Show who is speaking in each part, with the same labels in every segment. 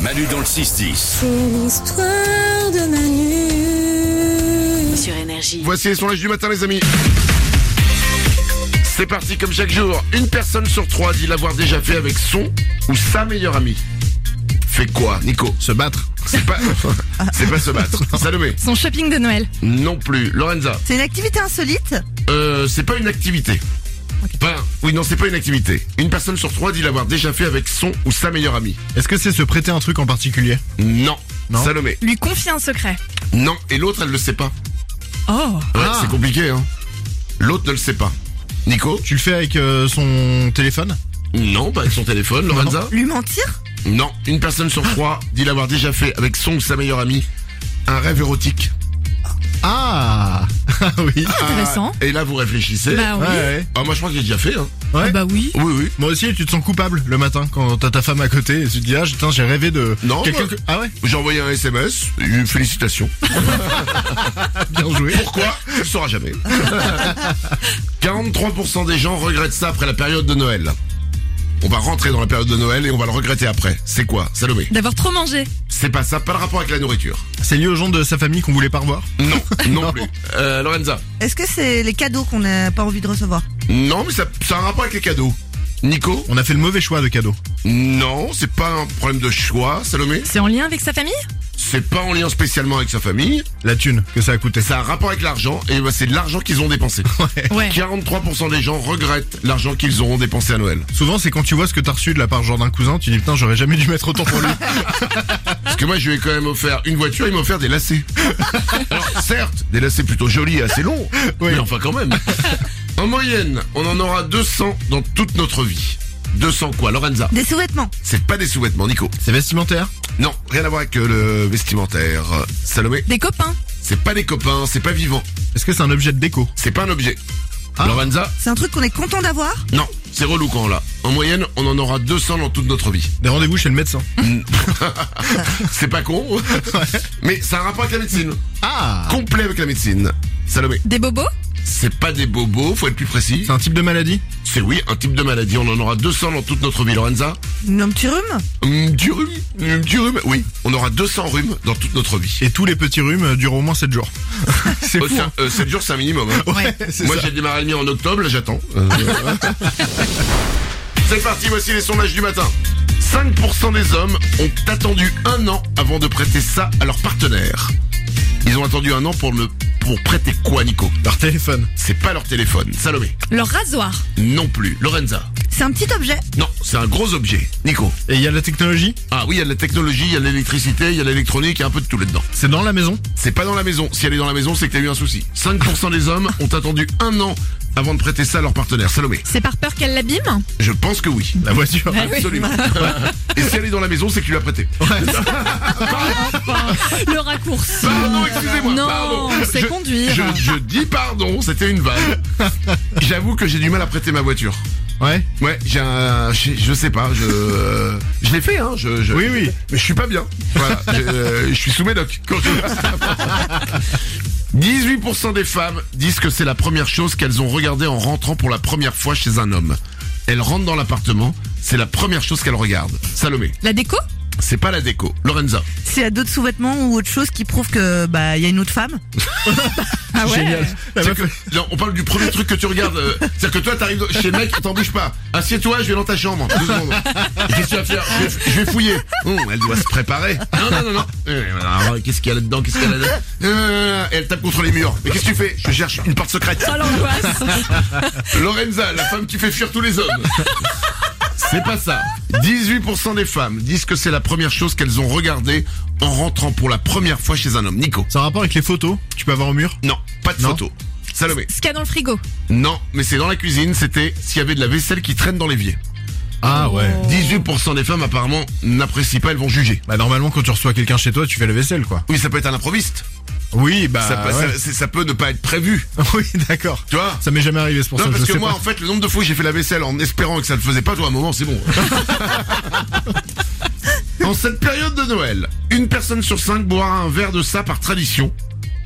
Speaker 1: Manu dans le 6-10.
Speaker 2: C'est l'histoire de Manu.
Speaker 3: sur énergie.
Speaker 4: Voici les sondages du matin, les amis. C'est parti comme chaque jour. Une personne sur trois dit l'avoir déjà fait avec son ou sa meilleure amie. Fait quoi, Nico
Speaker 5: Se battre.
Speaker 4: C'est pas, c'est pas se battre. Salomé,
Speaker 6: Son shopping de Noël.
Speaker 4: non plus. Lorenza,
Speaker 7: C'est une activité insolite.
Speaker 4: euh, c'est pas une activité. Enfin, oui, non, c'est pas une activité. Une personne sur trois dit l'avoir déjà fait avec son ou sa meilleure amie.
Speaker 5: Est-ce que c'est se prêter un truc en particulier
Speaker 4: Non.
Speaker 5: Non.
Speaker 4: Salomé,
Speaker 6: Lui confier un secret.
Speaker 4: non. Et l'autre, elle le sait pas.
Speaker 6: Oh.
Speaker 4: Ouais,
Speaker 5: Ah.
Speaker 4: c'est compliqué, hein. L'autre ne le sait pas. Nico
Speaker 5: Tu le fais avec euh, son téléphone
Speaker 4: Non, pas avec son téléphone. Lorenza
Speaker 7: Lui mentir
Speaker 4: Non, une personne sur trois dit l'avoir déjà fait avec son ou sa meilleure amie. Un rêve érotique.
Speaker 5: Ah Ah oui.
Speaker 6: Intéressant.
Speaker 4: Ah, et là, vous réfléchissez.
Speaker 6: Bah oui.
Speaker 5: Ouais, ouais.
Speaker 4: Ah, moi, je crois que j'ai déjà fait. Hein.
Speaker 5: Ouais.
Speaker 6: Ah bah oui.
Speaker 4: Oui, oui.
Speaker 5: Moi aussi, tu te sens coupable le matin quand t'as ta femme à côté et tu te dis ah putain j'ai rêvé de
Speaker 4: Non,
Speaker 5: quelqu'un
Speaker 4: moi-
Speaker 5: que- ah ouais
Speaker 4: J'ai envoyé un SMS. Une félicitation.
Speaker 6: Ah,
Speaker 5: bien joué
Speaker 4: Pourquoi Tu le sauras jamais. 43% des gens regrettent ça après la période de Noël. On va rentrer dans la période de Noël et on va le regretter après. C'est quoi, Salomé
Speaker 6: D'avoir trop mangé.
Speaker 4: C'est pas ça, pas le rapport avec la nourriture.
Speaker 5: c'est lié aux gens de sa famille qu'on voulait pas revoir
Speaker 4: Non, non, plus. Euh, Lorenza
Speaker 7: Est-ce que c'est les cadeaux qu'on n'a pas envie de recevoir
Speaker 4: Non, mais ça, ça a un rapport avec les cadeaux. Nico
Speaker 5: on a fait le mauvais choix de cadeau
Speaker 4: Non, c'est pas un problème de choix, Salomé.
Speaker 6: C'est en lien avec sa famille
Speaker 4: c'est pas en lien spécialement avec sa famille,
Speaker 5: la thune que ça a coûté
Speaker 4: ça a un rapport avec l'argent, et bah, c'est de l'argent qu'ils ont dépensé.
Speaker 6: Ouais.
Speaker 4: 43% des gens regrettent l'argent qu'ils auront dépensé à Noël.
Speaker 5: souvent c'est quand tu vois ce que t'as reçu de la part genre d'un cousin tu dis putain j'aurais jamais dû mettre autant pour lui
Speaker 6: Ah.
Speaker 4: Parce que moi, je lui ai quand même offert une voiture, il m'a offert des lacets. Alors, certes, des lacets plutôt jolis et assez longs,
Speaker 5: Oui.
Speaker 4: mais enfin quand même. En moyenne, on en aura 200 dans toute notre vie. 200 quoi, Lorenza
Speaker 7: Des sous-vêtements
Speaker 4: C'est pas des sous-vêtements, Nico.
Speaker 5: c'est vestimentaire
Speaker 4: Non, rien à voir avec euh, le vestimentaire. Euh, Salomé,
Speaker 6: Des copains.
Speaker 4: c'est pas des copains, c'est pas vivant,
Speaker 5: est-ce que c'est un objet de déco
Speaker 4: c'est pas un objet.
Speaker 5: Ah.
Speaker 4: Lorenza
Speaker 7: C'est un truc qu'on est content d'avoir
Speaker 4: Non, c'est relou quand on l'a. En moyenne, on en aura 200 dans toute notre vie.
Speaker 5: des rendez-vous chez le médecin
Speaker 4: C'est pas con, mais ça a un rapport avec la médecine.
Speaker 5: ah
Speaker 4: Complet avec la médecine. Salomé,
Speaker 6: Des bobos.
Speaker 4: c'est pas des bobos, faut être plus précis.
Speaker 5: c'est un type de maladie
Speaker 4: C'est oui, un type de maladie, on en aura 200 dans toute notre vie. Lorenza
Speaker 7: Un petit rhume
Speaker 4: Hum, Du rhume Hum, Du rhume Oui, on aura 200 rhumes dans toute notre vie.
Speaker 5: et tous les petits rhumes euh, durent au moins 7 jours c'est
Speaker 4: Euh,
Speaker 5: fou
Speaker 4: c'est
Speaker 5: hein.
Speaker 4: un- euh, sept jours, c'est un minimum. hein.
Speaker 5: ouais c'est
Speaker 4: Moi
Speaker 5: ça.
Speaker 4: j'ai démarré le mien en octobre, là, j'attends. Euh, C'est parti, voici les sondages du matin. 5% des hommes ont attendu un an avant de prêter ça à leur partenaire. Ils ont attendu un an pour le pour prêter quoi, Nico
Speaker 5: leur téléphone
Speaker 4: C'est pas leur téléphone. Salomé
Speaker 6: Leur rasoir.
Speaker 4: Non plus. Lorenza
Speaker 7: C'est un petit objet
Speaker 4: Non, c'est un gros objet. Nico
Speaker 5: et il y a la technologie
Speaker 4: Ah oui, il y a de la technologie, il y a de l'électricité, il y a de l'électronique, il y a un peu de tout là-dedans.
Speaker 5: c'est dans la maison
Speaker 4: C'est pas dans la maison. Si elle est dans la maison, c'est que t'as eu un souci. 5% des hommes ont attendu un an avant de prêter ça à leur partenaire. Salomé
Speaker 6: C'est par peur qu'elle l'abîme
Speaker 4: Je pense que oui.
Speaker 5: la voiture
Speaker 6: Bah oui.
Speaker 4: Absolument. Et si elle est dans la maison, c'est que tu l'as prêté.
Speaker 6: Le raccourci.
Speaker 4: Pardon, excusez-moi.
Speaker 6: Non,
Speaker 4: pardon.
Speaker 6: c'est
Speaker 4: Je-
Speaker 6: conduire.
Speaker 4: Je, je dis pardon, c'était une vanne. J'avoue que j'ai du mal à prêter ma voiture.
Speaker 5: ouais
Speaker 4: Ouais, j'ai un, je, je sais pas, je, je l'ai fait, hein. Je, je-
Speaker 5: Oui, oui.
Speaker 4: Mais je suis pas bien. Voilà, euh, je, je suis sous médoc. quand je- 18% des femmes disent que c'est la première chose qu'elles ont regardée en rentrant pour la première fois chez un homme. Elles rentrent dans l'appartement, c'est la première chose qu'elles regardent. Salomé,
Speaker 6: La déco
Speaker 4: c'est pas la déco. Lorenza.
Speaker 7: S'il y a d'autres sous-vêtements ou autre chose qui prouve que bah il y a une autre femme
Speaker 6: Ah ouais.
Speaker 5: génial La
Speaker 4: C'est
Speaker 5: meuf,
Speaker 4: que- non, on parle du premier truc que tu regardes. euh, C'est-à-dire que toi, t'arrives chez le mec, t'en bouge pas. Assieds-toi, je vais dans ta chambre. Deux secondes. Qu'est-ce que tu vas faire je vais, je vais fouiller. Hum, elle doit se préparer. Non, non, non, non. Euh, alors, Qu'est-ce qu'il y a là-dedans Qu'est-ce qu'il y a là-dedans Euh, Elle tape contre les murs. Mais qu'est-ce que tu fais Je cherche une porte secrète.
Speaker 6: Ah, l'angoisse.
Speaker 4: Lorenza, la femme qui fait fuir tous les hommes. C'est pas ça. 18% des femmes disent que c'est la première chose qu'elles ont regardée en rentrant pour la première fois chez un homme. Nico.
Speaker 5: c'est un rapport avec les photos que tu peux avoir au mur
Speaker 4: Non, pas de
Speaker 5: Non.
Speaker 4: photo. Salomé.
Speaker 6: Ce qu'il y a dans le frigo.
Speaker 4: Non, mais c'est dans la cuisine, c'était s'il y avait de la vaisselle qui traîne dans l'évier.
Speaker 5: ah ouais
Speaker 4: 18% des femmes apparemment n'apprécient pas, elles vont juger.
Speaker 5: Bah normalement quand tu reçois quelqu'un chez toi tu fais la vaisselle quoi.
Speaker 4: Oui, ça peut être un improviste.
Speaker 5: Oui bah
Speaker 4: ça, peut,
Speaker 5: ouais.
Speaker 4: ça- c'est- ça peut ne pas être prévu.
Speaker 5: oui d'accord.
Speaker 4: Tu vois
Speaker 5: Ça m'est jamais arrivé c'est pour
Speaker 4: Non,
Speaker 5: ça
Speaker 4: parce
Speaker 5: je
Speaker 4: que
Speaker 5: sais
Speaker 4: moi,
Speaker 5: pas.
Speaker 4: en fait, le nombre de fois que j'ai fait la vaisselle en espérant que ça ne le faisait pas, toi, à un moment, c'est bon. en cette période de Noël, une personne sur cinq boira un verre de ça par tradition,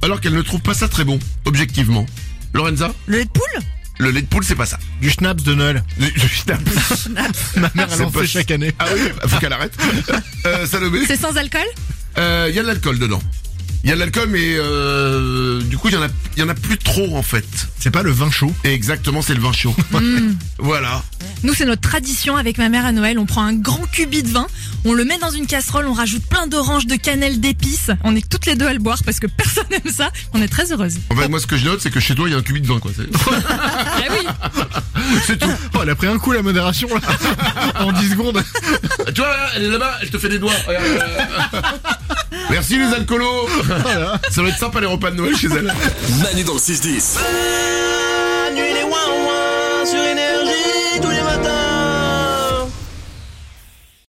Speaker 4: alors qu'elle ne trouve pas ça très bon, objectivement. Lorenza
Speaker 7: Le lait de poule
Speaker 4: Le lait de poule, c'est pas ça.
Speaker 5: Du schnapps de Noël.
Speaker 4: Le- le schnapp.
Speaker 5: Ma mère, elle
Speaker 4: C'est
Speaker 5: en
Speaker 4: pas-
Speaker 5: fait chaque année.
Speaker 4: Ah oui, bah, faut qu'elle arrête. Euh, Salomé,
Speaker 6: C'est sans alcool
Speaker 4: euh, il y a de l'alcool dedans. Il y a de l'alcool, mais euh, du coup, il y en a, il y en a plus trop en fait.
Speaker 5: C'est pas le vin chaud.
Speaker 4: Et exactement, c'est le vin chaud. Voilà.
Speaker 6: Nous, c'est notre tradition avec ma mère à Noël. On prend un grand cubi de vin, on le met dans une casserole, on rajoute plein d'oranges, de cannelle, d'épices. On est toutes les deux à le boire parce que personne n'aime ça. On est très heureuses.
Speaker 4: En fait, moi, ce que je note, c'est que chez toi, il y a un cubi de vin, quoi. C'est-
Speaker 6: Ah oui
Speaker 4: C'est tout.
Speaker 5: Oh, elle a pris un coup la modération là. en 10 secondes.
Speaker 4: Tu vois, là, elle est là-bas, elle te fait des doigts. Regarde, euh, Merci les alcoolos. Ça va être sympa les repas de Noël chez elle.
Speaker 1: Manu dans le 6-10.